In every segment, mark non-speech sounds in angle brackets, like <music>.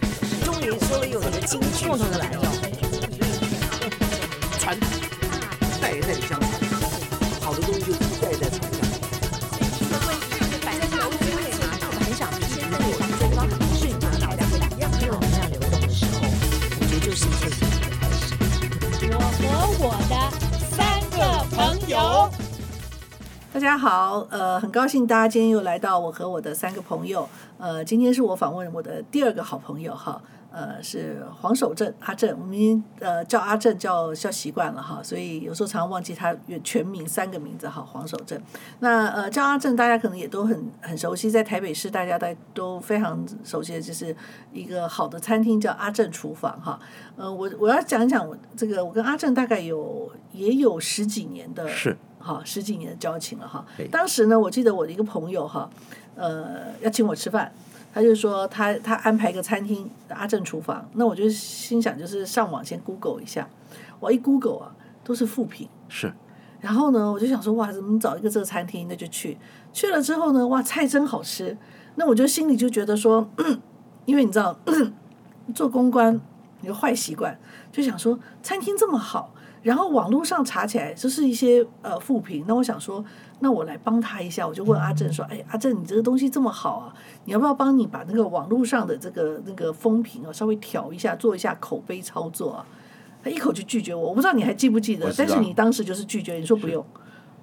比如说有这个京剧共同的来源传统代代相传，好的东西就是代代传下来。很少一直对当中高考顺应大家不一样，因为我们这样流动的时候，我觉得就是一件事情开始。我和我的三个朋友。大家好，呃，很高兴大家今天又来到我和我的三个朋友，呃，今天是我访问我的第二个好朋友哈，呃，是黄守正阿正，我们已经呃叫阿正叫叫习惯了哈，所以有时候常常忘记他原全名三个名字哈，黄守正。那呃叫阿正，大家可能也都很很熟悉，在台北市大家大都非常熟悉的就是一个好的餐厅叫阿正厨房哈，呃，我我要讲一讲我这个我跟阿正大概有也有十几年的是哈十几年的交情了哈对。当时呢，我记得我的一个朋友哈，呃，要请我吃饭，他就说他他安排一个餐厅阿正厨房，那我就心想就是上网先 Google 一下，我一 Google 啊都是负评，是，然后呢，我就想说哇，怎么找一个这个餐厅，那就去。去了之后呢，哇，菜真好吃，那我就心里就觉得说，嗯因为你知道 <clears throat> 做公关有个坏习惯，就想说餐厅这么好，然后网络上查起来就是一些呃负评，那我想说，那我来帮他一下，我就问阿正嗯说，哎，阿正，你这个东西这么好啊，你要不要帮你把那个网络上的这个那个风评啊稍微调一下，做一下口碑操作啊？他一口就拒绝我，我不知道你还记不记得我，知道但是你当时就是拒绝，你说不用。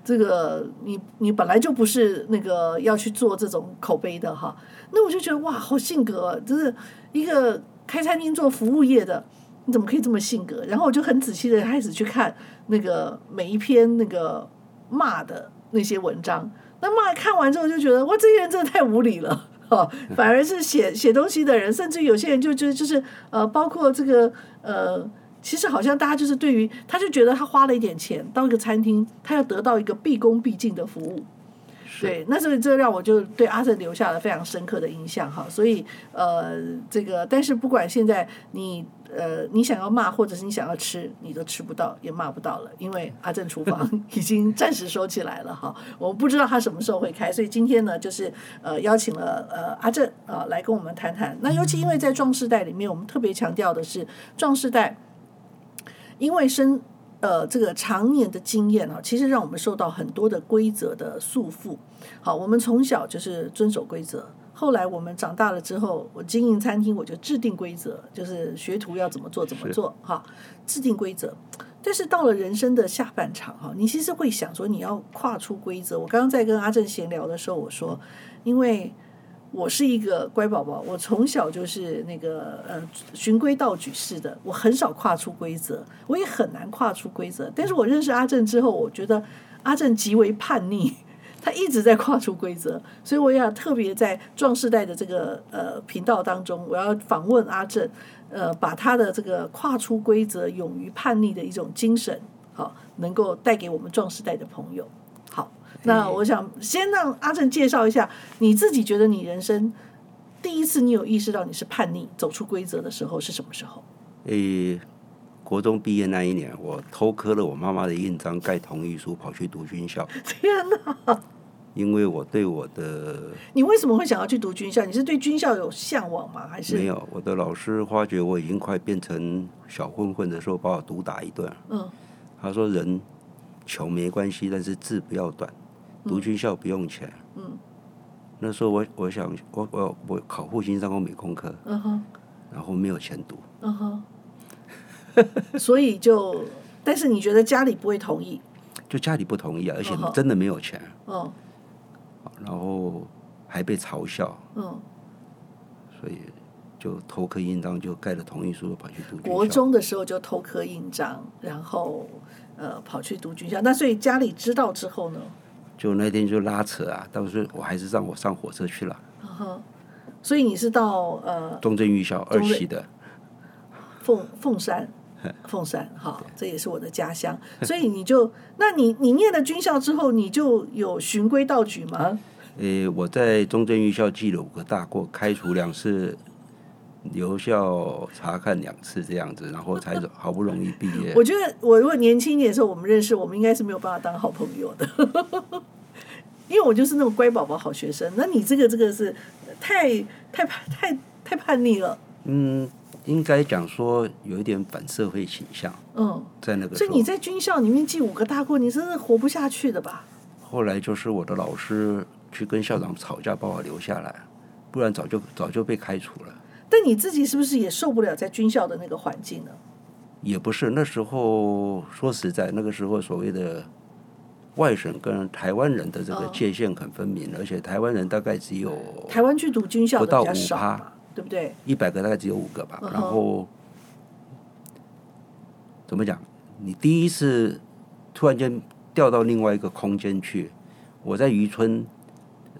这个你你本来就不是那个要去做这种口碑的哈，那我就觉得哇，好性格啊，就是一个开餐厅做服务业的，你怎么可以这么性格？然后我就很仔细的开始去看那个每一篇那个骂的那些文章，那骂看完之后就觉得哇，这些人真的太无理了。哦，反而是写写东西的人，甚至有些人就就就是呃，包括这个呃，其实好像大家就是对于，他就觉得他花了一点钱到一个餐厅，他要得到一个毕恭毕敬的服务，对，那所以这让我就对阿正留下了非常深刻的印象哈。所以呃，这个但是不管现在你呃你想要骂或者是你想要吃，你都吃不到也骂不到了，因为阿正厨房已经暂时收起来了哈。我不知道他什么时候会开，所以今天呢，就是呃邀请了呃阿正啊、呃来跟我们谈谈。那尤其因为在壮士代里面，我们特别强调的是壮士代。因为生呃这个常年的经验啊，其实让我们受到很多的规则的束缚。好，我们从小就是遵守规则。后来我们长大了之后，我经营餐厅，我就制定规则，就是学徒要怎么做怎么做哈，制定规则。但是到了人生的下半场哈，你其实会想说你要跨出规则。我刚刚在跟阿正闲聊的时候，我说，因为我是一个乖宝宝，我从小就是那个呃循规蹈矩式的，我很少跨出规则，我也很难跨出规则。但是我认识阿正之后，我觉得阿正极为叛逆，他一直在跨出规则， <laughs> 所以我也要特别在壮世代的这个呃频道当中，我要访问阿正，呃，把他的这个跨出规则、勇于叛逆的一种精神，好、能够带给我们壮世代的朋友。好，哎那我想先让阿正介绍一下，你自己觉得你人生第一次你有意识到你是叛逆、走出规则的时候是什么时候？诶，国中毕业那一年，我偷刻了我妈妈的印章，盖同意书，跑去读军校，天哪！因为我对我的你为什么会想要去读军校？你是对军校有向往吗？还是没有，我的老师发觉我已经快变成小混混的时候，把我毒打一顿。嗯，他说人穷没关系，但是志不要短，嗯读军校不用钱。嗯，那时候我我想我我我考复兴商工美工科，嗯哼然后没有钱读，嗯哼， <laughs> 所以就，但是你觉得家里不会同意？就家里不同意啊，而且哦吼真的没有钱，嗯然后还被嘲笑，嗯，所以就偷刻印章，就盖了同意书，跑去读国军校。中的时候就偷刻印章，然后呃跑去读军校。那所以家里知道之后呢？就那天就拉扯啊，但是我还是让我上火车去了，嗯哼，所以你是到呃中正预校二中正期的。凤凤山，凤山哈，这也是我的家乡，所以你就，那你你念了军校之后，你就有循规蹈矩吗？诶，呃我在中正预校记了五个大过，开除两次，留校查看两次这样子，然后 <laughs> 才好不容易毕业我。觉得我如果年轻一点的时候，我们认识，我们应该是没有办法当好朋友的， <laughs> 因为我就是那种乖宝宝、好学生。那你这个这个是太太叛太太叛逆了，嗯，应该讲说有一点反社会倾向，嗯，在那个时所以候。你在军校里面记五个大过，你真是活不下去的吧？后来就是我的老师去跟校长吵架，把我留下来，不然早就早就被开除了。但你自己是不是也受不了在军校的那个环境呢？也不是那时候，说实在，那个时候所谓的外省跟台湾人的这个嗯界限很分明，而且台湾人大概只有台湾去读军校的不到比较少5%嘛，对不对？一百个，大概只有五个吧。嗯哼然后怎么讲？你第一次突然间掉到另外一个空间去，我在渔村，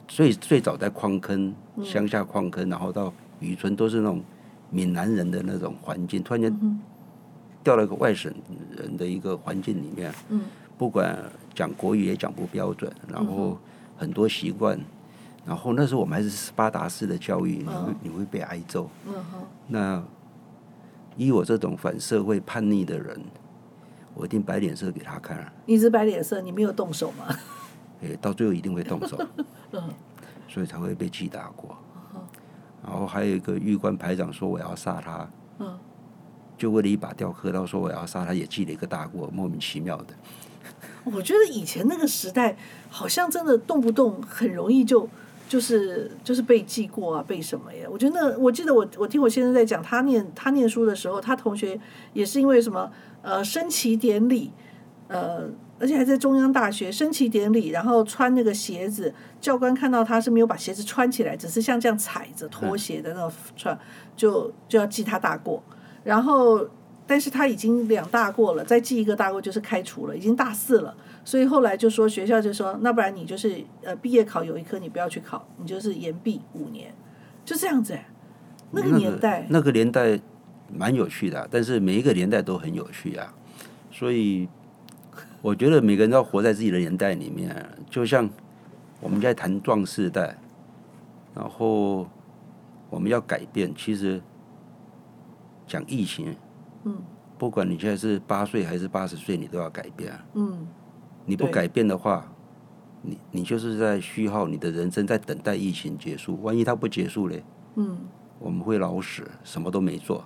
最最早在矿坑，嗯乡下矿坑，然后到渔村都是那种闽南人的那种环境，突然嗯间掉到一个外省人的一个环境里面，嗯不管讲国语也讲不标准，然后很多习惯。然后那时候我们还是斯巴达式的教育，你会、嗯你会被挨揍。嗯哼，那依我这种反社会叛逆的人，我一定摆脸色给他看，你只摆脸色，你没有动手嘛？诶，到最后一定会动手， <laughs> 嗯所以才会被击打过。然后还有一个狱官排长说我要杀他，嗯，就为了一把雕刻刀说我要杀他，也记了一个大过，莫名其妙的。我觉得以前那个时代，好像真的动不动很容易就就是就是被记过啊，被什么呀？我觉得那我记得我我听我先生在讲，他念他念书的时候，他同学也是因为什么呃升旗典礼，呃。而且还在中央大学升旗典礼，然后穿那个鞋子，教官看到他是没有把鞋子穿起来，只是像这样踩着拖鞋的那种穿，就就要记他大过。然后，但是他已经两大过了，再记一个大过就是开除了，已经大四了。所以后来就说学校就说，那不然你就是呃毕业考有一科你不要去考，你就是延毕五年，就这样子、哎。那个年代，那个年代蛮有趣的啊、但是每一个年代都很有趣啊。所以我觉得每个人都要活在自己的年代里面啊，就像我们在谈壮世代，然后我们要改变。其实讲疫情，嗯，不管你现在是八岁还是八十岁，你都要改变啊。嗯，你不对改变的话，你你就是在虚耗你的人生，在等待疫情结束。万一它不结束嘞，嗯，我们会老死，什么都没做，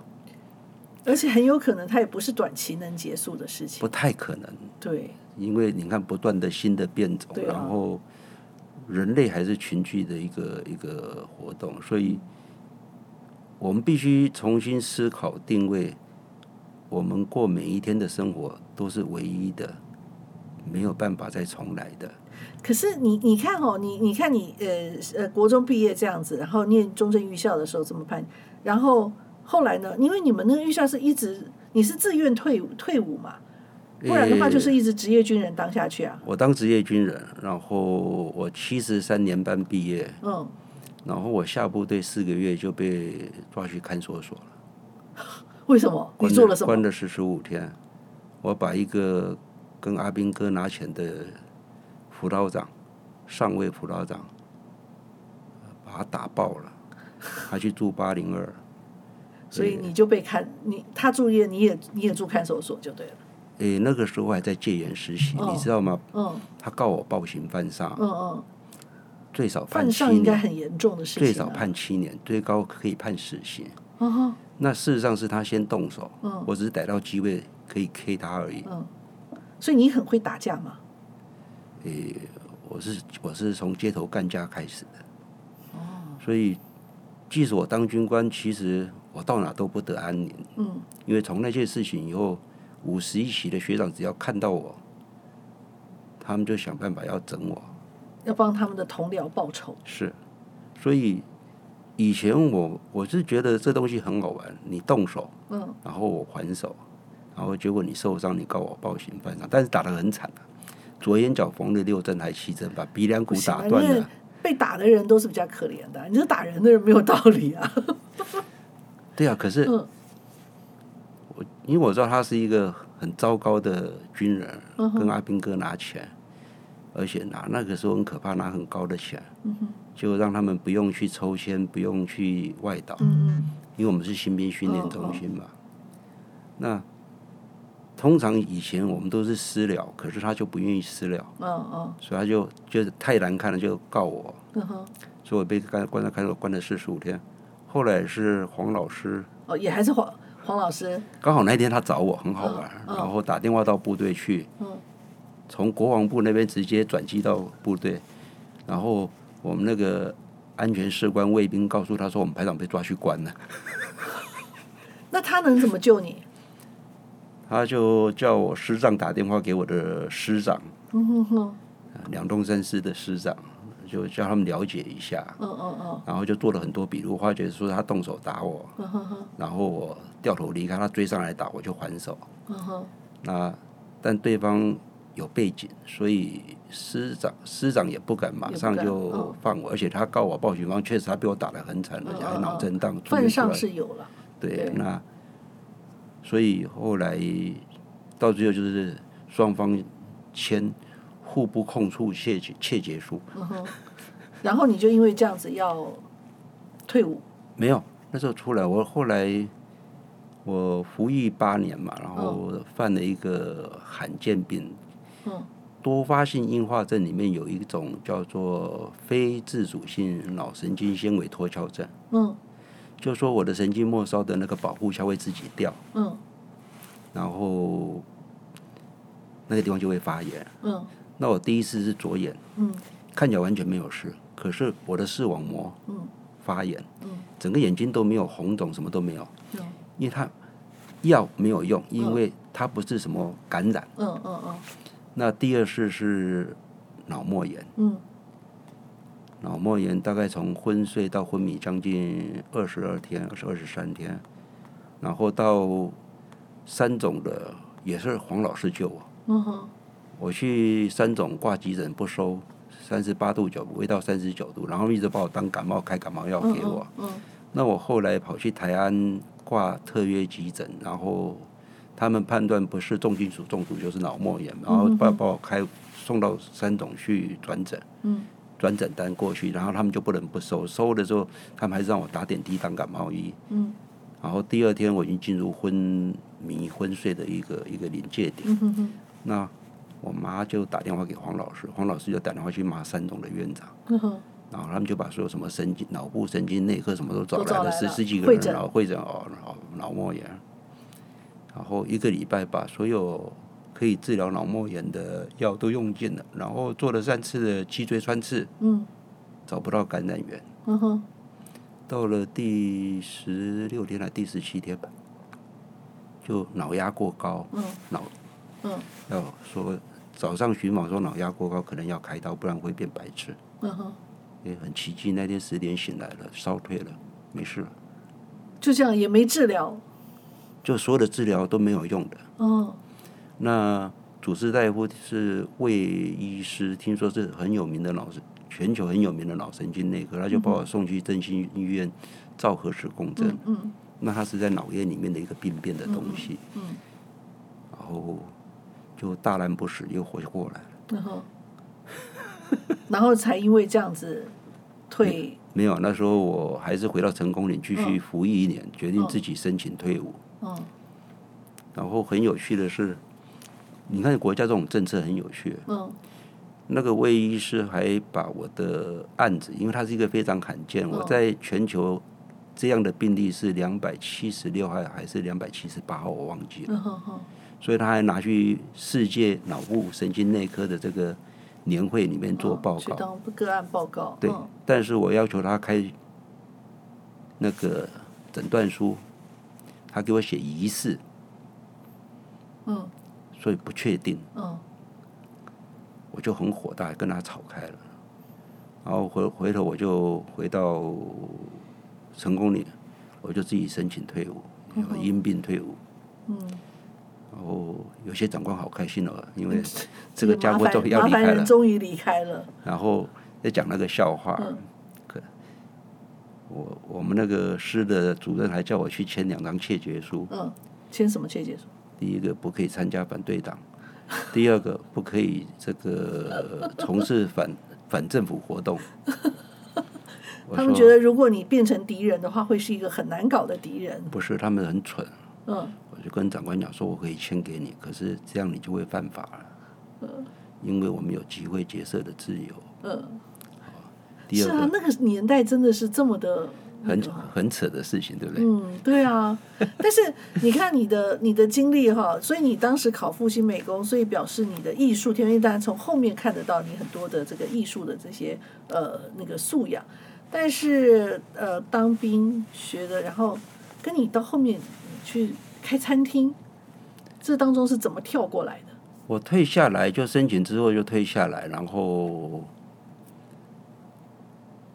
而且很有可能它也不是短期能结束的事情不。太可能。对，因为你看，不断的新的变种，对啊然后人类还是群居的一个一个活动，所以我们必须重新思考定位。我们过每一天的生活都是唯一的，没有办法再重来的。可是你你看哦，你你看你呃呃国中毕业这样子，然后念中正预校的时候怎么办？然后后来呢？因为你们那个预校是一直你是自愿退伍退伍嘛，不然的话诶就是一直职业军人当下去啊。我当职业军人，然后我七十三年班毕业，嗯，然后我下部队四个月就被抓去看守所了。为什么？你关做了什关么？了十十五天，我把一个跟阿兵哥拿钱的辅导长，上尉辅导长，把他打爆了，他去住八零二。所以你就被看你他住院，你也你也住看守所就对了。诶，那个时候还在戒严实习，哦你知道吗？嗯他告我暴行犯上，嗯嗯，最少判犯七上应该年，很严重的事情、啊。最少判七年，最高可以判死刑。嗯哼那事实上是他先动手，嗯我只是逮到机会可以 K 他而已。嗯，所以你很会打架嘛？诶，我是我是从街头干架开始的。哦所以即使我当军官，其实我到哪都不得安宁，嗯因为从那些事情以后，五十一期的学长只要看到我，他们就想办法要整我。要帮他们的同僚报仇。是，所以以前我我是觉得这东西很好玩，你动手，嗯，然后我还手，然后结果你受伤，你告我暴行犯上，但是打得很惨啊，左眼角缝了六针还七针，把鼻梁骨不行啊打断那了个。被打的人都是比较可怜的，你这打人的人没有道理啊。对啊，可是、嗯我因为我知道他是一个很糟糕的军人，跟阿兵哥拿钱，而且拿那个时候很可怕，拿很高的钱，就让他们不用去抽签，不用去外岛，因为我们是新兵训练中心嘛。那通常以前我们都是私了，可是他就不愿意私了，嗯嗯所以他就就是太难看了，就告我，嗯哼，所以我被关关在看守关了四十五天。后来是黄老师，哦，也还是黄黄老师，刚好那一天他找我，很好玩，嗯嗯然后打电话到部队去，嗯从国防部那边直接转机到部队，然后我们那个安全士官卫兵告诉他说，我们排长被抓去关了，那他能怎么救你？他就叫我师长打电话给我的师长，嗯哼哼，呃两栋三师的师长，就叫他们了解一下，嗯嗯嗯然后就做了很多笔录，发觉说他动手打我，嗯哼哼然后我掉头离开，他追上来打我就还手，嗯哼，那但对方有背景，所以师长师长也不敢马上也不敢就嗯放我，而且他告我报警方，确实他被我打得很惨，而且还脑震荡，住份院出来嗯上是有了，对对那，所以后来到最后就是双方签互不控诉窃结窃结书，嗯哼，然后你就因为这样子要退伍，没有那时候出来，我后来。我服役八年嘛，然后犯了一个罕见病，嗯多发性硬化症里面有一种叫做非自主性脑神经纤维脱鞘症，嗯就说我的神经末梢的那个保护鞘会自己掉，嗯然后那个地方就会发炎。嗯那我第一次是左眼，嗯看起来完全没有事，可是我的视网膜嗯发炎，嗯整个眼睛都没有红肿，什么都没有，嗯因为它药没有用，因为它不是什么感染。嗯嗯那第二次是脑膜炎。嗯脑膜炎大概从昏睡到昏迷将近二十二天、二十二十三天，然后到三种的也是黄老师救我，嗯哼，我去三种挂急诊不收，三十八度九不会到三十九度，然后一直把我当感冒开感冒药嗯给我。嗯那我后来跑去台安挂特约急诊，然后他们判断不是重金属中毒就是脑膜嗯炎，然后把把我开送到三种去转诊。嗯转诊单过去，然后他们就不能不收，收的时候他们还是让我打点滴当感冒医，嗯然后第二天我已经进入昏迷昏睡的一个一个临界点，嗯哼哼那我妈就打电话给黄老师，黄老师就打电话去骂三总的院长，嗯哼，然后他们就把所有什么神经、脑部神经内科什么都找都找来了，来了十十几个会人，诊然后会诊哦，脑脑膜炎，然后一个礼拜把所有可以治疗脑膜炎的药都用尽了，然后做了三次的脊椎穿刺，嗯找不到感染源。嗯哼，到了第十六天还第十七天吧，就脑压过高，嗯脑嗯要说早上巡访说脑压过高，可能要开刀，不然会变白痴。嗯哼，也很奇迹，那天十点醒来了，烧退了，没事了，就这样也没治疗，就所有的治疗都没有用的。哦那主治大夫是魏医师，听说是很有名的脑神，全球很有名的脑神经内科，他就把我送去振兴医院照核磁共振。嗯那它是在脑液里面的一个病变的东西，嗯然后就大难不死又活过来了。嗯哼，然后才因为这样子退，没有，那时候我还是回到成功岭继续服役一年，决定自己申请退伍。嗯然后很有趣的是，你看国家这种政策很有趣，嗯那个魏医师还把我的案子，因为它是一个非常罕见，我在全球这样的病例是两百七十六还还是两百七十八号，我忘记了。嗯哼哼，所以他还拿去世界脑部神经内科的这个年会里面做报去告。当个案报告，对嗯，但是我要求他开那个诊断书，他给我写疑似，嗯所以不确定，嗯我就很火大，跟他吵开了。然后回回头我就回到成功岭，我就自己申请退伍，因病退伍。嗯，然后有些长官好开心哦，因为这个麻家伙烦终于要离麻开烦了人。终于离开了，然后在讲那个笑话，嗯可我我们那个师的主任还叫我去签两张切结书，嗯，签什么切结书？第一个不可以参加反对党， <laughs> 第二个不可以这个呃从事反 <laughs> 反政府活动。我他们说觉得如果你变成敌人的话，会是一个很难搞的敌人，不是，他们很蠢。嗯我就跟长官讲说，我可以签给你，可是这样你就会犯法了，因为我们有集会结社的自由。嗯，第是二啊个，，那个年代真的是这么的啊很很扯的事情，对不对？嗯，对啊。 <laughs> 但是你看你的你的经历哈，所以你当时考复兴美工，所以表示你的艺术天赋，当然从后面看得到你很多的这个艺术的这些呃那个素养。但是呃，当兵学的，然后跟你到后面你去开餐厅，这当中是怎么跳过来的？我退下来就申请之后就退下来，然后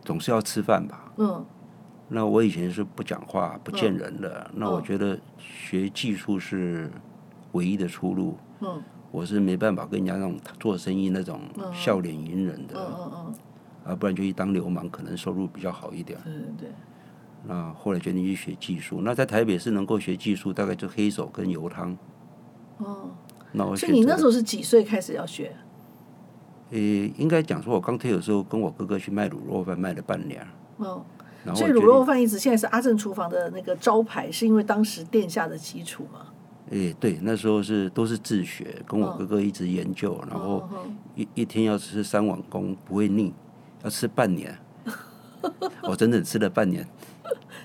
总是要吃饭吧。嗯那我以前是不讲话、不见人的，那嗯我觉得学技术是唯一的出路。嗯我是没办法跟人家那种做生意那种笑脸迎人的，嗯嗯啊，不然就去当流氓，可能收入比较好一点。嗯，对对对，那后来决定去学技术。那在台北是能够学技术，大概就黑手跟油汤。哦。那我所以你那时候，候是几岁开始要学？呃，应该讲说，我刚退休的时候，跟我哥哥去卖卤肉饭，卖了半年。嗯，然后所我以决卤定肉，饭一直现在是阿正厨房的那个招牌，是因为当时店下的基础嘛？诶，呃对，那时候是都是自学，跟我嗯哥哥一直研究，然后哦，一一天要吃三碗公，不会腻，要吃半年。 <laughs> 我整整吃了半年，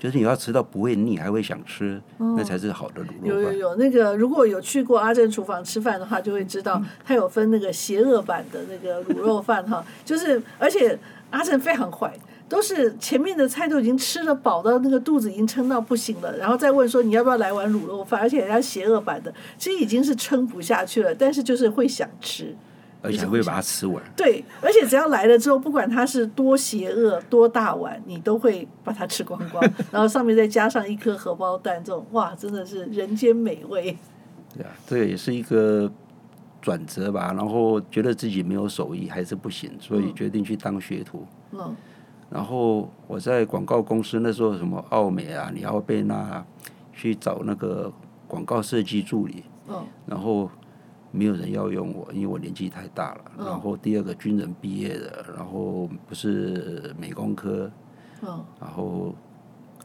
就是你要吃到不会腻，还会想吃，那才是好的卤哦有肉有饭。有，那个如果有去过阿正厨房吃饭的话，就会知嗯道它有分那个邪恶版的那个卤肉饭哈，就是而且阿正非常坏。都是前面的菜都已经吃了饱到那个肚子已经撑到不行了，然后再问说你要不要来碗卤肉饭，而且人家邪恶版的，其实已经是撑不下去了，但是就是会想吃。而且还会把它吃完。对，而且只要来了之后，不管它是多邪恶、多大碗，你都会把它吃光光，然后上面再加上一颗荷包蛋，这种哇，真的是人间美 <laughs> 味。对啊，这个也是一个转折吧。然后觉得自己没有手艺还是不行，所以决定去当学徒。嗯然后我在广告公司那时候什么奥美啊、里奥贝纳啊，去找那个广告设计助理，嗯然后没有人要用我，因为我年纪太大了。嗯然后第二个军人毕业的，然后不是美工科，嗯，然后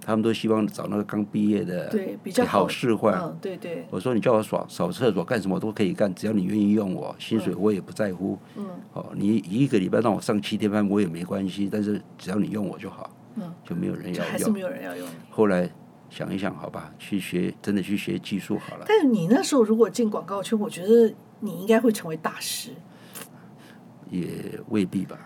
他们都希望找那个刚毕业的，对，比较好使唤。嗯，对对，我说你叫我扫扫厕所干什么都可以干，只要你愿意用我，薪水我也不在乎。嗯哦，你一个礼拜让我上七天班我也没关系，但是只要你用我就好，嗯，就没有人就要还是用没。有人要用你。后来想一想，好吧，去学真的去学技术好了。但是你那时候如果进广告圈，我觉得你应该会成为大师。也未必吧。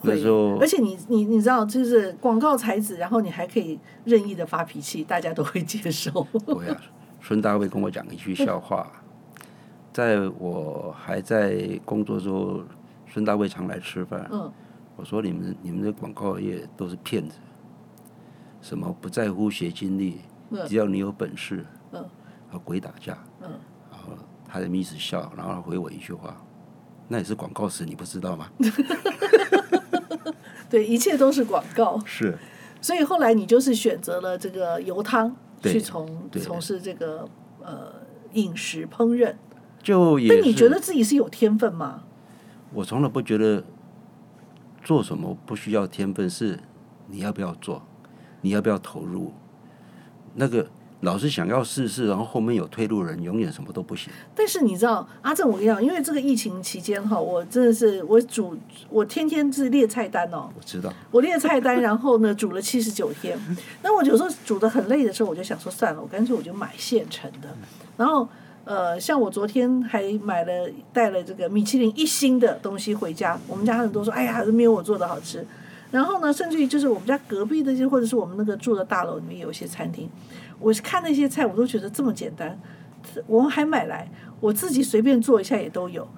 会那时候而，且你你你知道，就是广告才子，然后你还可以任意的发脾气，大家都会接受。 <laughs> 对呀、孙大卫跟我讲一嗯句笑话，在我还在工作的时候，孙大卫常来吃饭。嗯我说你们你们的广告业都是骗子，什么不在乎学经历，嗯只要你有本事，嗯和鬼打架。嗯，然后他的意思笑，然后他回我一句话：“那也是广告词，你不知道 <laughs> 吗对，一切都是广告。？”是，所以后来你就是选择了这个油汤对去从对从事这个呃饮食烹饪，就也但是。你觉得自己是有天分吗？我从来不觉得做什么不需要天分，是你要不要做，你要不要投入。那个老是想要试试，然后后面有退路的人，永远什么都不行。但是你知道，阿正，我跟你讲，因为这个疫情期间哈，我真的是我煮，我天天是列菜单哦，我知道，我列菜单，然后呢煮了七十九天。那我有时候煮的很累的时候，我就想说算了，我干脆我就买现成的。然后呃，像我昨天还买了带了这个米其林一星的东西回家，我们家人都说哎呀，还是没有我做的好吃。然后呢，甚至于就是我们家隔壁的一些，或者是我们那个住的大楼里面有一些餐厅，我是看那些菜，我都觉得这么简单，我们还买来，我自己随便做一下也都有。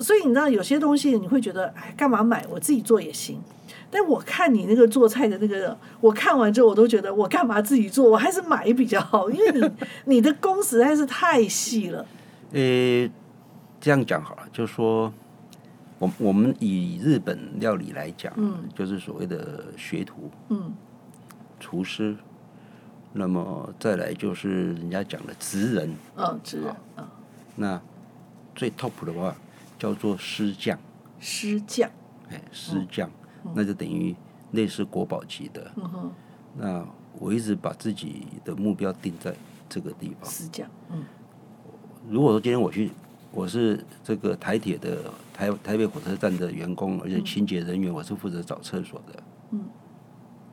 所以你知道有些东西你会觉得，哎，干嘛买？我自己做也行。但我看你那个做菜的那个，我看完之后我都觉得，我干嘛自己做？我还是买比较好，因为你你的工实在是太细了。呃，这样讲好了，就说我我们以日本料理来讲，嗯就是所谓的学徒、嗯厨师。那么再来就是人家讲的职人，嗯，是嗯，那最 top 的话叫做师匠。师匠，哎，师匠，那就等于类似国宝级的。嗯哼，那我一直把自己的目标定在这个地方。师匠，嗯如果说今天我去，我是这个台铁的台台北火车站的员工，而且清洁人员，我是负责找厕所的。嗯，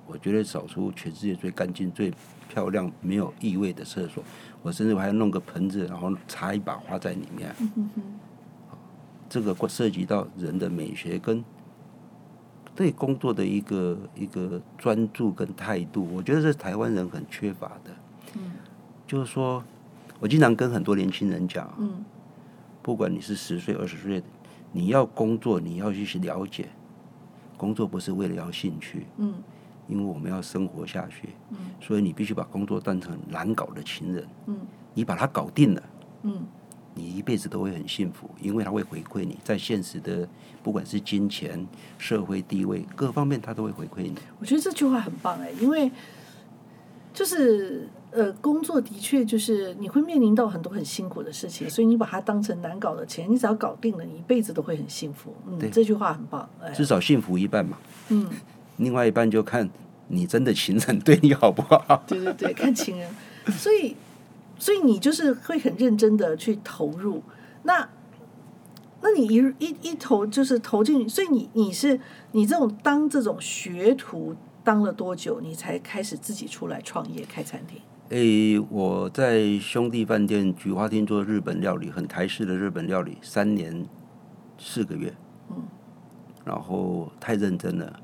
我绝对找出全世界最干净、最漂亮、没有异味的厕所。我甚至我还弄个盆子，然后插一把花在里面。嗯这个过涉及到人的美学跟对工作的一个一个专注跟态度，我觉得是台湾人很缺乏的。嗯就是说，我经常跟很多年轻人讲，嗯不管你是十岁、二十岁，你要工作，你要去了解，工作不是为了要兴趣，嗯因为我们要生活下去，嗯所以你必须把工作当成难搞的情人，嗯你把它搞定了，嗯你一辈子都会很幸福，因为它会回馈你在现实的，不管是金钱、社会地位各方面，它都会回馈你。我觉得这句话很棒哎、因为就是呃，工作的确就是你会面临到很多很辛苦的事情，所以你把它当成难搞的钱，你只要搞定了，你一辈子都会很幸福。嗯，对这句话很棒哎、至少幸福一半嘛，嗯，另外一半就看你真的情人对你好不好。 <laughs> 对对对， <laughs> 看情人，所以所以你就是会很认真的去投入。那那你一一一投就是投进，所以你你是你这种当这种学徒当了多久，你才开始自己出来创业开餐厅？诶，我在兄弟饭店菊花厅做日本料理，很台式的日本料理，三年四个月。嗯。然后太认真了，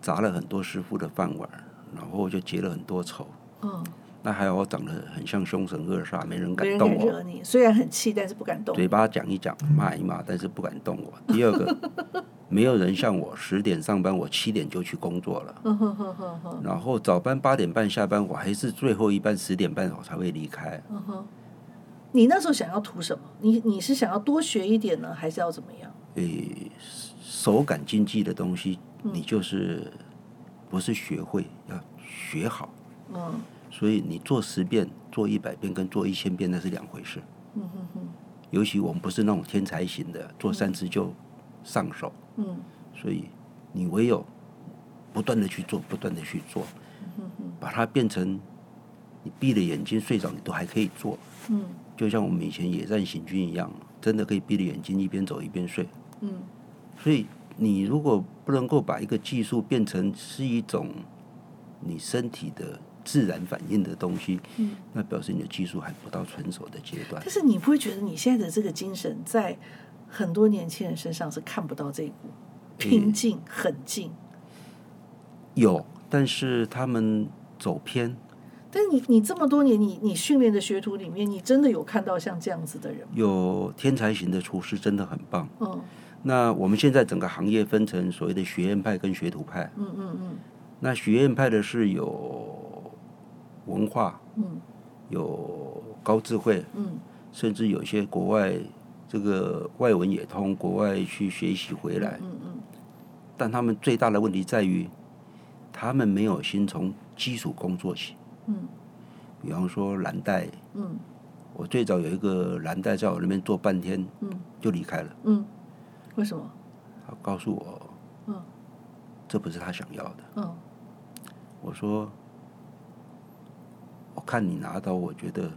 砸了很多师傅的饭碗，然后就结了很多仇。嗯，那还好，我长得很像凶神恶煞，没人没敢人动敢我惹。你，虽然很气，但是不敢动。嘴巴讲一讲，骂一骂，但是不敢动我。第二个， <laughs> 没有人像我，十点上班，我七点就去工作了。嗯哼哼哼哼，然后早班八点半下班，我还是最后一班十点半我才会离开。你那时候想要图什么？你你是想要多学一点呢，还是要怎么样？诶，手感经济的东西，嗯你就是不是学会，要学好。嗯所以你做十遍、做一百遍跟做一千遍那是两回事。嗯哼哼，尤其我们不是那种天才型的，做三次就上手，嗯所以你唯有不断的去做，不断的去做，嗯把它变成你闭着眼睛睡着，你都还可以做。嗯就像我们以前野战行军一样，真的可以闭着眼睛一边走一边睡。嗯所以你如果不能够把一个技术变成是一种你身体的自然反应的东西，嗯。那表示你的技术还不到成熟的阶段但。是你不会觉得你现在的这个精神在很多年轻人身上是看不到这一股嗯拼劲、狠劲？有，但是他们走偏，但是你你这么多年，你你训练的学徒里面，你真的有看到像这样子的人吗？有天才型的厨师真的很棒。嗯那我们现在整个行业分成所谓的学院派跟学徒派，嗯嗯嗯那学院派的是有文化、嗯有高智慧，嗯甚至有些国外这个外文也通，国外去学习回来，嗯嗯但他们最大的问题在于，他们没有先从基础工作起。嗯比方说蓝带，嗯我最早有一个蓝带在我那边做半天嗯就离开了，嗯，为什么？他告诉我，嗯这不是他想要的。嗯我说，我看你拿到，我觉得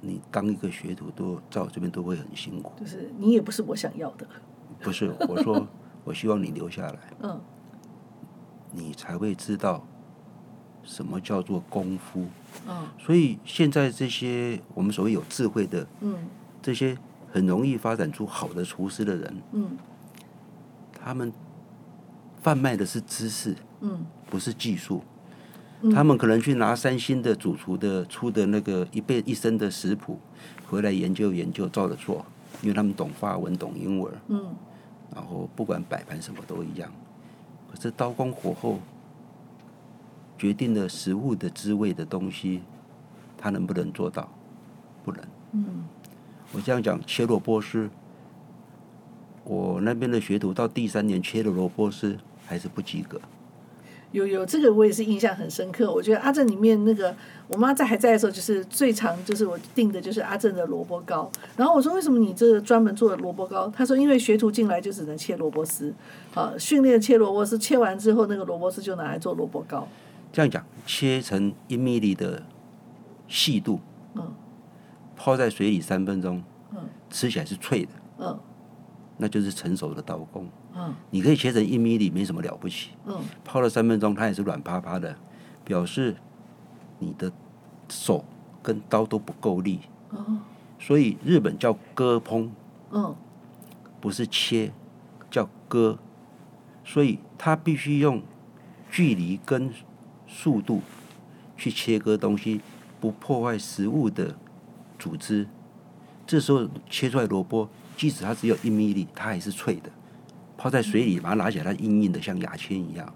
你当一个学徒都在我这边都会很辛苦。就是你也不是我想要的。 <laughs> 不是，我说我希望你留下来，嗯你才会知道什么叫做功夫。嗯所以现在这些我们所谓有智慧的嗯这些很容易发展出好的厨师的人，嗯他们贩卖的是知识，嗯不是技术。他们可能去拿三星的主厨的出的那个一辈一生的食谱回来研究研究，照着做，因为他们懂法文、懂英文，嗯然后不管摆盘什么都一样。可是刀工火候决定了食物的滋味的东西，他能不能做到？不能。嗯我这样讲，切萝卜丝，我那边的学徒到第三年切的萝卜丝还是不及格。有有，这个我也是印象很深刻。我觉得阿正里面那个，我妈在还在的时候，就是最常就是我订的就是阿正的萝卜糕。然后我说为什么你这个专门做的萝卜糕？她说因为学徒进来就只能切萝卜丝，啊，训练切萝卜丝，切完之后那个萝卜丝就拿来做萝卜糕。这样讲，切成一米粒的细度，嗯泡在水里三分钟，嗯吃起来是脆的。嗯那就是成熟的刀工。嗯你可以切成一米里，没什么了不起。嗯泡了三分钟，它也是软趴趴的，表示你的手跟刀都不够力。哦所以日本叫割烹，嗯不是切，叫割。所以它必须用距离跟速度去切割东西，不破坏食物的组织。这时候切出来萝卜，即使它只有一米粒，它还是脆的。泡在水里，把它拿起来，它硬硬的，像牙签一样。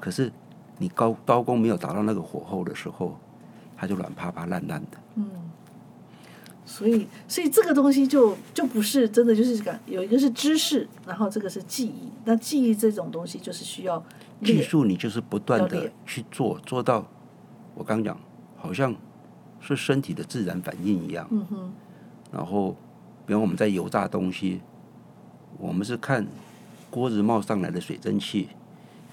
可是你高刀工没有达到那个火候的时候，它就软趴趴、烂烂的。嗯，所以所以这个东西就就不是真的，就是感有一个是知识，然后这个是记忆。那记忆这种东西就是需要技练术你就是不断要的练去做，做到我刚讲，好像是身体的自然反应一样。嗯哼，然后，比方我们在油炸东西，我们是看锅子冒上来的水蒸气，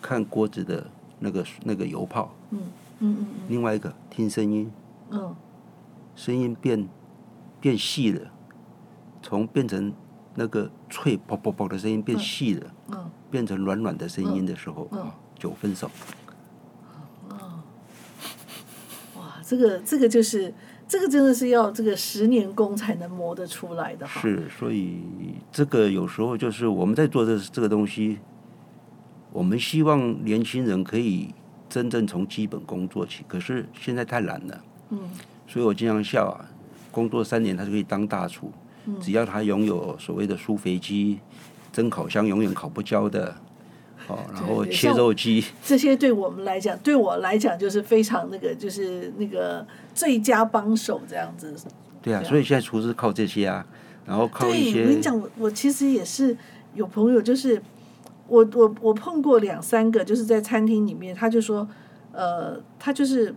看锅子的那个那个油泡，嗯嗯另外一个听声音，嗯声音变变细了，从变成那个脆啵啵啵的声音变细了，嗯变成软软的声音的时候，嗯嗯啊，就分手。嗯，哇，这个这个就是这个真的是要这个十年功才能磨得出来的哈。是，所以这个有时候就是我们在做这这个东西，我们希望年轻人可以真正从基本工作起，可是现在太懒了。嗯所以我经常笑啊，工作三年他就可以当大厨，嗯只要他拥有所谓的苏肥机、蒸烤箱，永远烤不焦的。哦，然对后对切像肉机，这些对我们来讲，对我来讲就是非常那个，就是那个最佳帮手这样子。对啊，对啊所以现在厨师靠这些啊，然后靠一对，些，我跟你讲，我我其实也是有朋友，就是我我我碰过两三个，就是在餐厅里面，他就说，呃，他就是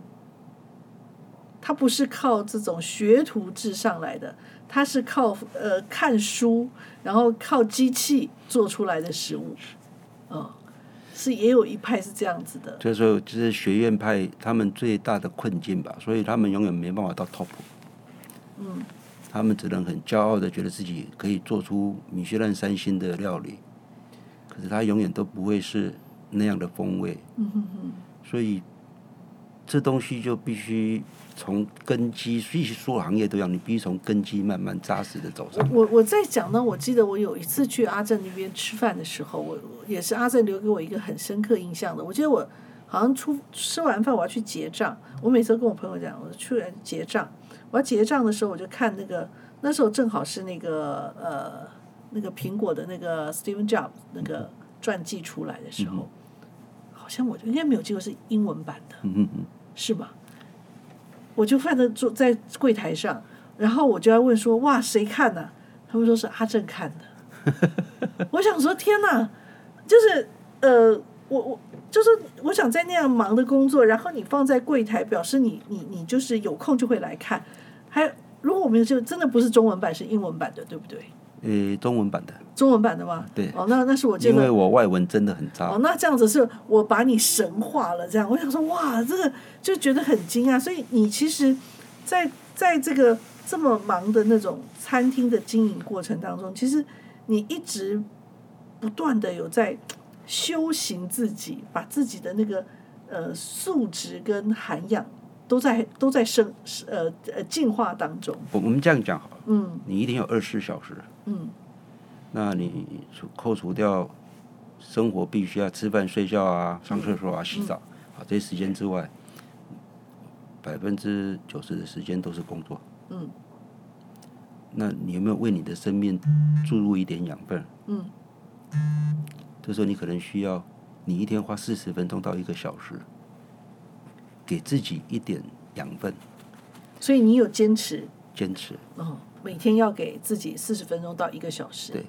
他不是靠这种学徒制上来的，他是靠呃看书，然后靠机器做出来的食物，嗯、是也有一派是这样子的，这时候就是学院派他们最大的困境吧，所以他们永远没办法到 top。嗯，他们只能很骄傲的觉得自己可以做出米其林三星的料理，可是他永远都不会是那样的风味。嗯哼哼，所以这东西就必须从根基，所以所有行业都一样，你必须从根基慢慢扎实的走上来。我我在讲呢，我记得我有一次去阿正那边吃饭的时候，我我也是阿正留给我一个很深刻印象的。我记得我好像出吃完饭我要去结账，我每次都跟我朋友讲，我去结账，我要结账的时候我就看那个，那时候正好是那个呃那个苹果的那个 Steven Jobs 那个传记出来的时候，好像我应该没有记错是英文版的，嗯嗯嗯，是吗？我就放在坐在柜台上，然后我就要问说：“哇，谁看呢、他们说是阿正看的。我想说：“天哪！”就是呃，我我就是我想在那样忙的工作，然后你放在柜台，表示你你你就是有空就会来看。还如果我们就真的不是中文版，是英文版的，对不对？呃，中文版的，中文版的吗？对哦，那那是我这因个为我外文真的很差。哦，那这样子是我把你神化了，这样我想说，哇，这个就觉得很惊讶。所以你其实在，在这个这么忙的那种餐厅的经营过程当中，其实你一直不断的有在修行自己，把自己的那个呃素质跟涵养都在都在升呃呃进化当中。我我们这样讲好了，嗯你一定有二十四小时。嗯那你除扣除掉生活必须啊，吃饭、睡觉啊、上厕所啊、洗澡啊这些时间之外，百分之九十的时间都是工作。嗯那你有没有为你的生命注入一点养分？嗯这时候你可能需要，你一天花四十分钟到一个小时，给自己一点养分，所以你有坚持，坚持。嗯，每天要给自己四十分钟到一个小时。对，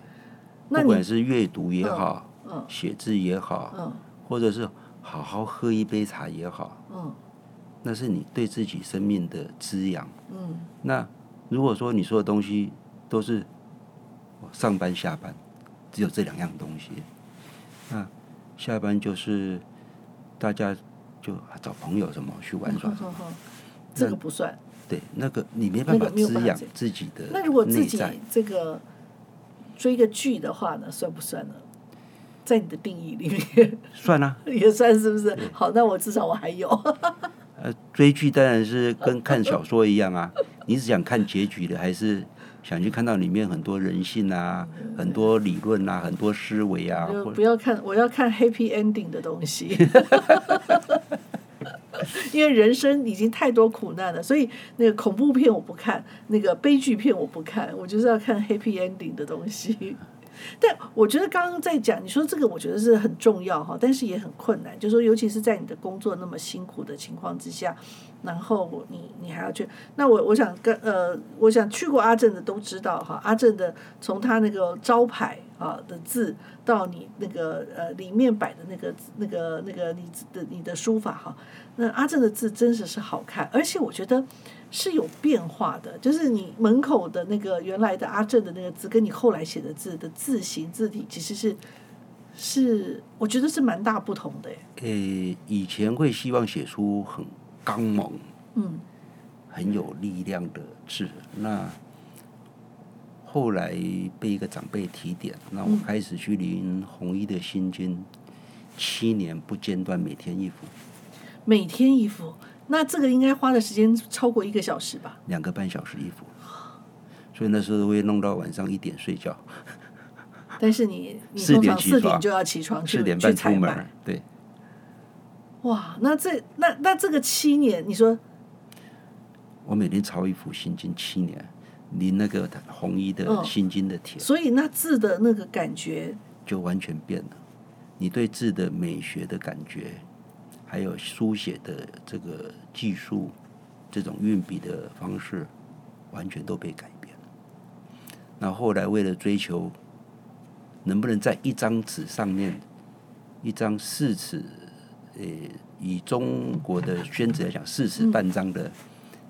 那不管你是阅读也好，嗯写字也好，嗯或者是好好喝一杯茶也好，嗯那是你对自己生命的滋养。嗯那如果说你说的东西都是哦上班下班，只有这两样东西，那下班就是大家就找朋友什么去玩耍嗯什么，嗯，这个不算。对，那个你没办法那个没有滋办法养滋自己的那如果自内己在，这个所以一个剧的话呢，算不算呢？在你的定义里面 <laughs> 算啊，也算是不是？好，那我至少我还有，呃，追剧当然是跟看小说一样啊，你是想看结局的，还是想去看到里面很多人性啊、很多理论啊、很多思维啊？就或不要看，我要看 happy ending 的东 <laughs> 西。因为人生已经太多苦难了，所以那个恐怖片我不看，那个悲剧片我不看，我就是要看 happy ending 的东西。 <laughs> 但我觉得刚刚在讲，你说这个我觉得是很重要哈，但是也很困难，就是说尤其是在你的工作那么辛苦的情况之下，然后你你还要去，那我我想跟呃，我想去过阿正的都知道哈，阿正的从他那个招牌啊的字到你那个呃里面摆的那个那个那个你的你的书法哈，那阿正的字真是是好看，而且我觉得是有变化的，就是你门口的那个原来的阿正的那个字，跟你后来写的字的字形字体其实是是我觉得是蛮大不同的耶，呃，以前会希望写出很刚猛、嗯很有力量的字，那后来被一个长辈提点，那我开始去临红衣的心经，七年不间断，每天一幅，每天一幅，那这个应该花的时间超过一个小时吧？两个半小时一幅，所以那时候会弄到晚上一点睡觉。但是你你4通点常起四点床就要起床去四点去半出采门买儿，，对，哇，那这那那这个七年，你说我每天抄一幅《心经》七年，临那个红衣的嗯《心经》的帖、所以那字的那个感觉，就完全变了。你对字的美学的感觉，还有书写的这个技术，这种运笔的方式，完全都被改变了。那后来为了追求，能不能在一张纸上面，一张四尺，呃，以中国的宣纸来讲，四尺半张的、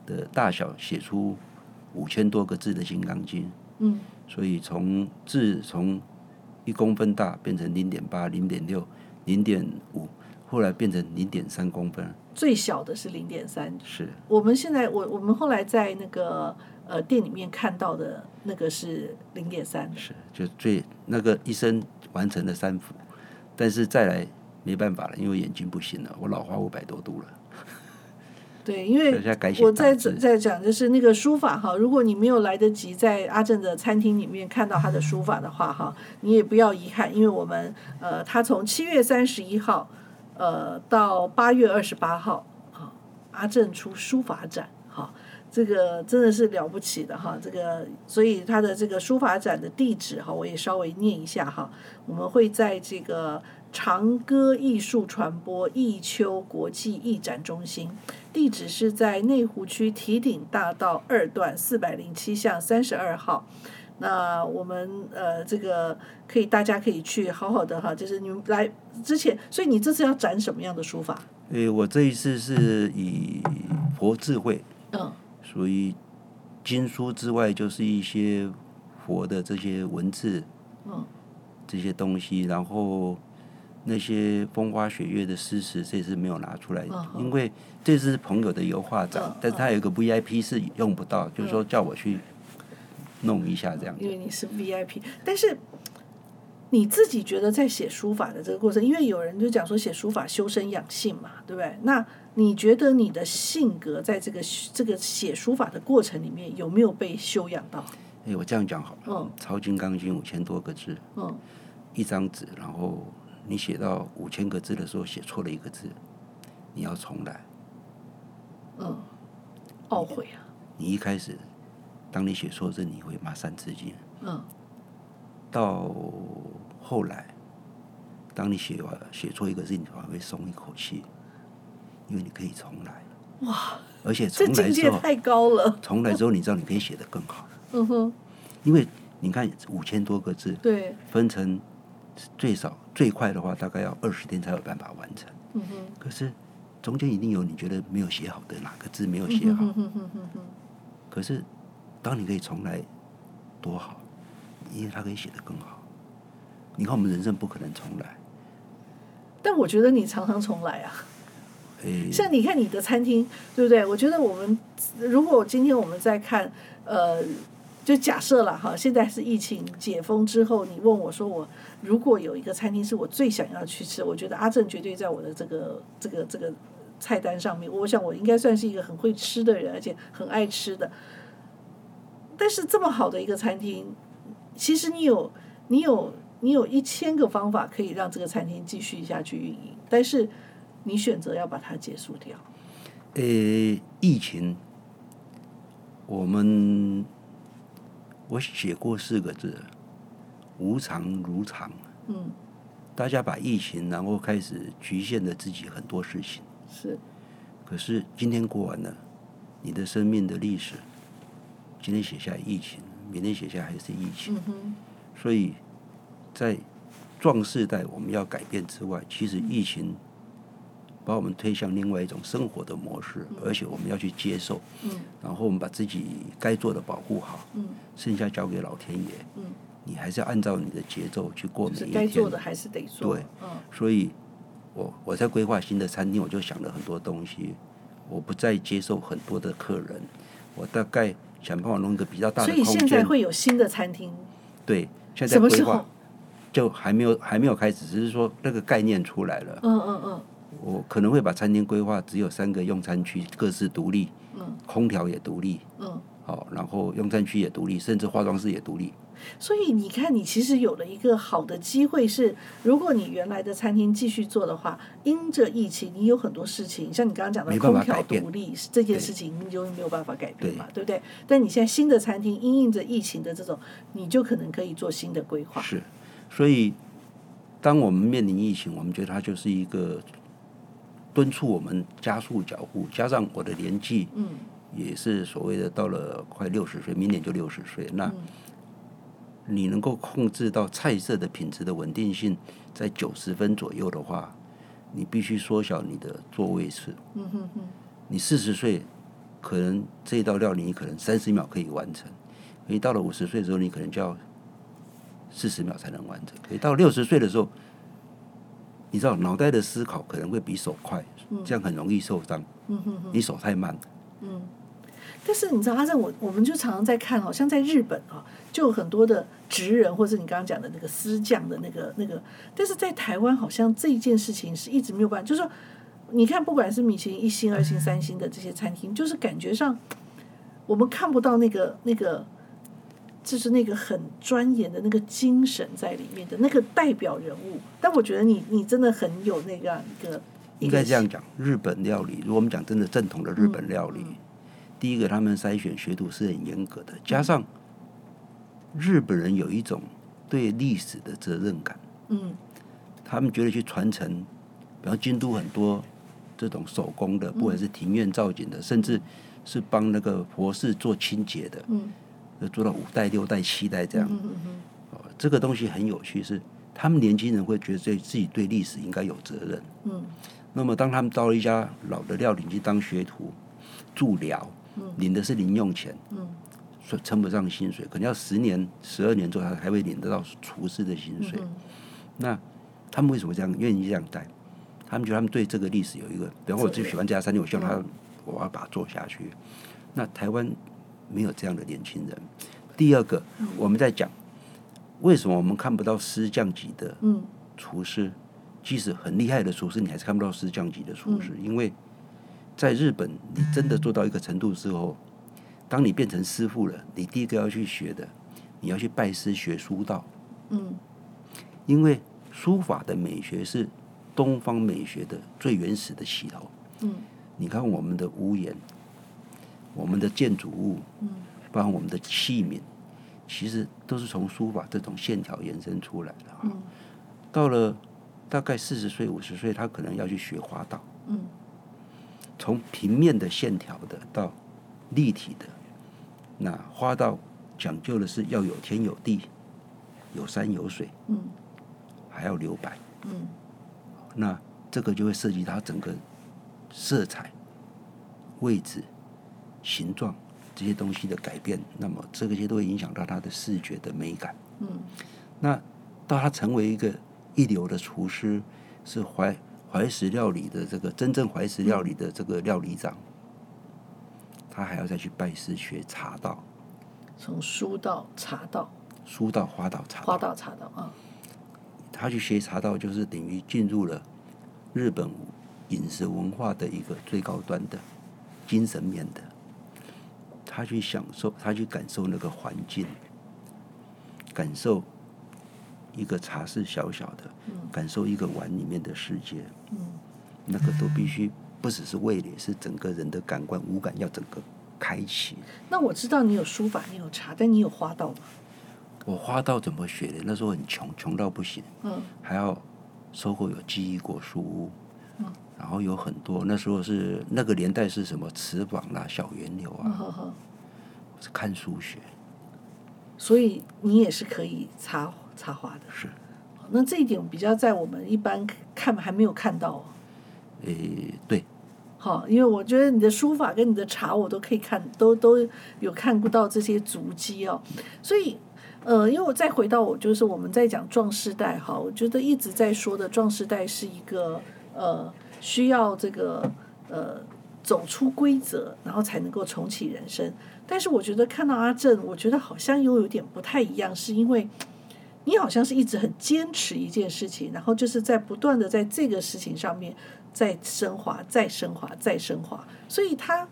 的大小，写出五千多个字的《金刚经》。嗯，所以从字从一公分大变成零点八、零点六、零点五，后来变成零点三公分，最小的是零点三是我们现在我我们后来在那个呃店里面看到的那个是零点三，是，就最那个医生完成了三幅，但是再来没办法了，因为眼睛不行了，我老花五百多度了，对，因所以为现在改写我大在字在讲就是那个书法哈，如果你没有来得及在阿正的餐厅里面看到他的书法的话哈，你也不要遗憾，因为我们呃他从七月三十一号呃到八月二十八号啊，阿正出书法展哈。这个真的是了不起的哈，这个所以他的这个书法展的地址哈，我也稍微念一下哈，我们会在这个长歌艺术传播艺秋国际艺展中心，地址是在内湖区提顶大道二段四百零七巷三十二号。那我们呃，这个可以，大家可以去好好的哈，就是你们来之前，所以你这次要展什么样的书法？呃，我这一次是以佛智慧，嗯所以经书之外就是一些佛的这些文字，嗯，这些东西，然后那些风花雪月的诗词，这次没有拿出来，嗯哼因为这次是朋友的油画展，嗯但是他有一个 VIP 是用不到，就是说叫我去弄一下这样子。因为你是 VIP，但是你自己觉得在写书法的这个过程，因为有人就讲说写书法修身养性嘛，对不对？那你觉得你的性格在这个这个写书法的过程里面有没有被修养到？哎，我这样讲好了，嗯抄《金刚经》五千多个字，嗯一张纸，然后你写到五千个字的时候写错了一个字，你要重来。嗯，懊悔啊，你一开始，当你写错字，你会骂三字经。嗯。到后来，当你写完写错一个字，你反而会松一口气，因为你可以重来。哇！而且这重来境之界后，太高了。重来之后，你知道你可以写得更好，嗯哼，因为你看五千多个字，对，分成最少最快的话，大概要二十天才有办法完成。嗯哼，可是中间一定有你觉得没有写好的哪个字没有写嗯好，哼哼哼哼哼，可是当你可以重来，多好，因为它可以写得更好。你看我们人生不可能重来，但我觉得你常常重来啊。诶、像你看你的餐厅，对不对？我觉得我们如果今天我们在看呃就假设了哈，现在是疫情解封之后，你问我说我如果有一个餐厅是我最想要去吃，我觉得阿正绝对在我的这个这个这个菜单上面。我想我应该算是一个很会吃的人，而且很爱吃的。但是这么好的一个餐厅，其实你有你有你有一千个方法可以让这个餐厅继续下去运营，但是你选择要把它结束掉。呃，疫情，我们我写过四个字，无常如常。嗯，大家把疫情，然后开始局限了自己很多事情。是可是今天过完了，你的生命的历史，今天写下疫情，明天写下还是疫情。所以，在壮世代我们要改变之外，其实疫情把我们推向另外一种生活的模式，而且我们要去接受。嗯然后我们把自己该做的保护好，剩下交给老天爷。你还是要按照你的节奏去过嗯就每是一该天。做的还是得做。对嗯所以我我在规划新的餐厅，我就想了很多东西，我不再接受很多的客人，我大概想办法弄一个比较大的所以空现在间。会有新的餐厅，对，现在什么规时候划？就还没有还没有开始，只是说那个概念出来了。嗯嗯嗯，我可能会把餐厅规划只有三个用餐区，各自独立，嗯空调也独立，嗯，好、然后用餐区也独立，甚至化妆室也独立。所以你看，你其实有了一个好的机会是，如果你原来的餐厅继续做的话，因着疫情，你有很多事情，像你刚刚讲的没办空法调改变独立这件事情，你就没有办法改变对嘛，对不对？但你现在新的餐厅因应着疫情的这种，你就可能可以做新的规划。是，所以当我们面临疫情，我们觉得它就是一个敦促我们加速脚步，加上我的年纪嗯也是所谓的到了快六十岁，明年就六十岁，那嗯你能够控制到菜色的品质的稳定性在九十分左右的话，你必须缩小你的座位数。嗯哼哼，你四十岁，可能这一道料理你可能三十秒可以完成，你到了五十岁的时候，你可能就要四十秒才能完成。可以到六十岁的时候，你知道脑袋的思考可能会比手快，这样很容易受伤。嗯哼哼。你手太慢，但是你知道，阿正，我我们就常常在看，好像在日本啊，就有很多的职人或者你刚刚讲的那个私匠的那个那个，但是在台湾好像这一件事情是一直没有办法，就是说，你看不管是米其林一星、二星、三星的这些餐厅，就是感觉上我们看不到那个那个。就是那个很钻研的那个精神在里面的那个代表人物，但我觉得你你真的很有那个一个应该这样讲。日本料理，如果我们讲真的正统的日本料理，嗯第一个他们筛选学徒是很严格的，嗯加上日本人有一种对历史的责任感。嗯他们觉得去传承，比方京都很多这种手工嗯的，不管是庭院造景的，甚至是帮那个佛寺做清洁的，嗯就做到五代、六代、七代这样。嗯嗯嗯，哦这个东西很有趣是，他们年轻人会觉得对自己对历史应该有责任。嗯，那么当他们到了一家老的料理去当学徒、助疗，领的是零用钱，嗯，所以称不上薪水，可能要十年、十二年之后，他才会领得到厨师的薪水。那他们为什么这样愿意这样带？他们觉得他们对这个历史有一个，比方我最喜欢这家餐厅，我希望他、我要把它做下去。那台湾没有这样的年轻人。第二个，我们在讲为什么我们看不到师匠级的嗯厨师，即使很厉害的厨师，你还是看不到师匠级的厨师，因为在日本，你真的做到一个程度之后，当你变成师傅了，你第一个要去学的，你要去拜师学书道，嗯因为书法的美学是东方美学的最原始的起头。嗯，你看我们的屋檐，我们的建筑物，嗯，包括我们的器皿，其实都是从书法这种线条延伸出来的、啊。嗯到了大概四十岁、五十岁，他可能要去学花道，嗯从平面的线条的到立体的。那花道讲究的是要有天有地，有山有水，嗯还要留白。嗯。那这个就会涉及它整个色彩、位置、形状这些东西的改变，那么这个些都会影响到它的视觉的美感。嗯，那到他成为一个一流的厨师，是怀怀石料理的这个真正怀石料理的这个料理长，他还要再去拜师学茶道，从书到茶道，书道、花道、茶花道，道、茶道啊，他去学茶道，就是等于进入了日本饮食文化的一个最高端的精神面的。他去享受，他去感受那个环境，感受一个茶室小小的，感受一个碗里面的世界。那个都必须不只是味蕾，是整个人的感官五感要整个开启。那我知道你有书法，你有茶，但你有花道吗？我花道怎么学的？那时候很穷，穷到不行，嗯还要收购有记忆果书屋，嗯然后有很多那时候是那个年代是什么瓷坊啦、小圆柳嗯啊，呵呵，是看书学，所以你也是可以插插花的。是，那这一点比较在我们一般看还没有看到哦。诶，对，好，因为我觉得你的书法跟你的茶，我都可以看，都都有看不到这些足迹哦。所以，呃，因为我再回到我，就是我们在讲壮士代哈，我觉得一直在说的壮士代是一个呃需要这个呃走出规则，然后才能够重启人生。但是我觉得看到阿正，我觉得好像又有点不太一样，是因为。你好像是一直很坚持一件事情，然后就是在不断的在这个事情上面再升华、再升华、再升华，所以它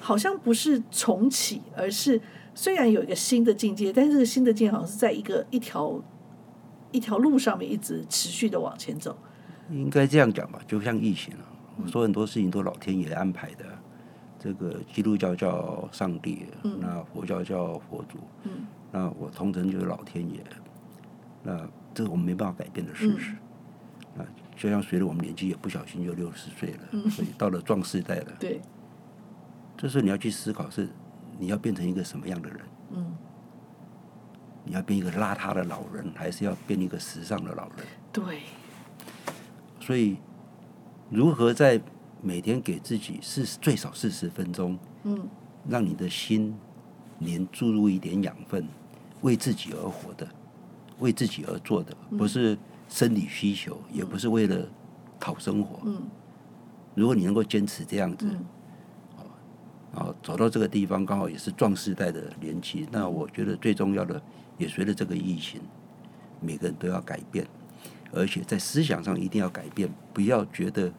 好像不是重启，而是虽然有一个新的境界，但是这个新的境界好像是在一个一条一条路上面一直持续的往前走。应该这样讲吧，就像疫情啊，我说很多事情都老天爷安排的。这个基督教叫上帝，那佛教叫佛祖，那我同城就是老天爷，那这是我们没办法改变的事实。那就像随着我们年纪也不小心就六十岁了，所以到了壮世代了，对，这时候你要去思考是你要变成一个什么样的人？嗯，你要变一个邋遢的老人，还是要变一个时尚的老人？对，所以，如何在每天给自己四十最少四十分钟，嗯，让你的心连注入一点养分，为自己而活的，为自己而做的，嗯不是生理需求，也不是为了讨生活。嗯如果你能够坚持这样子，嗯啊，走到这个地方刚好也是壮世代的年纪，那我觉得最重要的，也随着这个疫情，每个人都要改变，而且在思想上一定要改变，不要觉得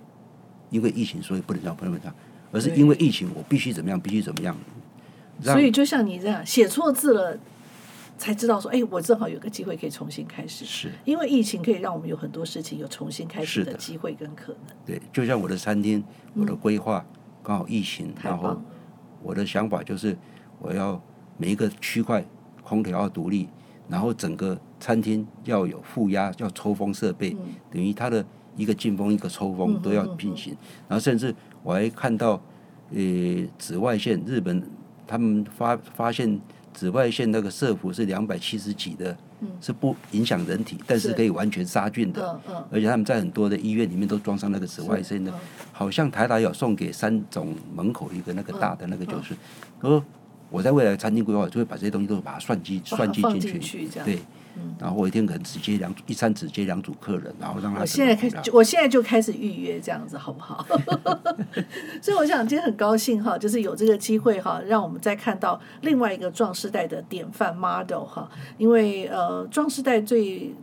因为疫情所以不能这样不能这样，而是因为疫情我必须怎么样必须怎么样，让所以就像你这样写错字了，才知道说，哎，我正好有个机会可以重新开始。是因为疫情可以让我们有很多事情有重新开始是的的机会跟可能。对，就像我的餐厅，我的规划刚好疫情，嗯太然棒后了我的想法就是我要每一个区块空调要独立，然后整个餐厅要有负压，要抽风设备，嗯等于它的一个进风一个抽风都要进行，然后甚至我还看到呃紫外线，日本他们发发现紫外线那个射幅是两百七十几的，是不影响人体，但嗯是是可以完全杀菌的。嗯嗯，而且他们在很多的医院里面都装上那个紫外线的，好像台达有送给三总门口一个那个大的那个就是，嗯我说哦我在未来餐厅规划就会把这些东西都把它算计把它算计嗯放去，进去啊嗯这样对，然后我一天可能只接两一餐只接两组客人，然后让他怎么我现在开始怎么样就，我现在就开始预约这样子，好不好？ <laughs> 所以我想今天很高兴哈，就是有这个机会哈，让我们再看到另外一个壮士代的典范 model 哈，因为呃，壮士代最。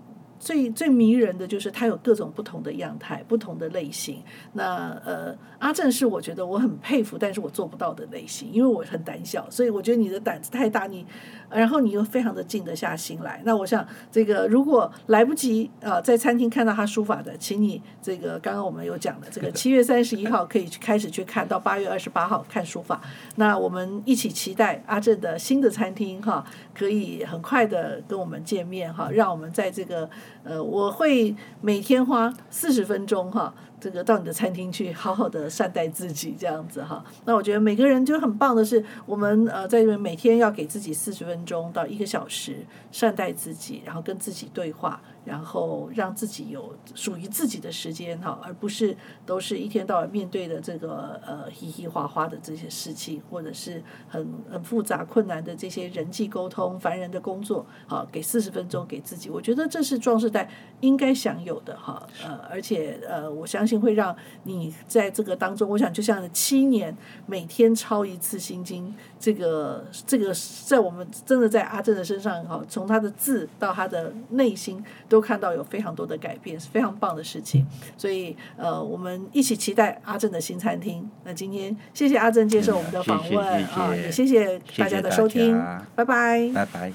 最最迷人的就是它有各种不同的样态、不同的类型。那呃，阿正是我觉得我很佩服，但是我做不到的类型，因为我很胆小，所以我觉得你的胆子太大，你然后你又非常的静得下心来。那我想，这个如果来不及啊、呃在餐厅看到他书法的，请你这个刚刚我们有讲的，这个七月三十一号可以去开始去看到八月二十八号看书法。那我们一起期待阿正的新的餐厅哈，可以很快的跟我们见面哈，让我们在这个呃，我会每天花四十分钟哈。这个到你的餐厅去，好好的善待自己，这样子哈。那我觉得每个人就很棒的是，我们呃在这边每天要给自己四十分钟到一个小时，善待自己，然后跟自己对话，然后让自己有属于自己的时间哈，而不是都是一天到晚面对的这个呃嘻嘻哈哈的这些事情，或者是很很复杂困难的这些人际沟通、烦人的工作，好给四十分钟给自己，我觉得这是壮士代应该享有的哈。呃，而且呃，我相信。信会让你在这个当中，我想就像七年每天抄一次心经，这个这个在我们真的在阿正的身上哈，从他的字到他的内心都看到有非常多的改变，是非常棒的事情。所以呃，我们一起期待阿正的新餐厅。那今天谢嗯谢阿正接受我们的访问谢谢谢谢啊，也谢谢大家的收谢谢听大家，拜拜。拜拜。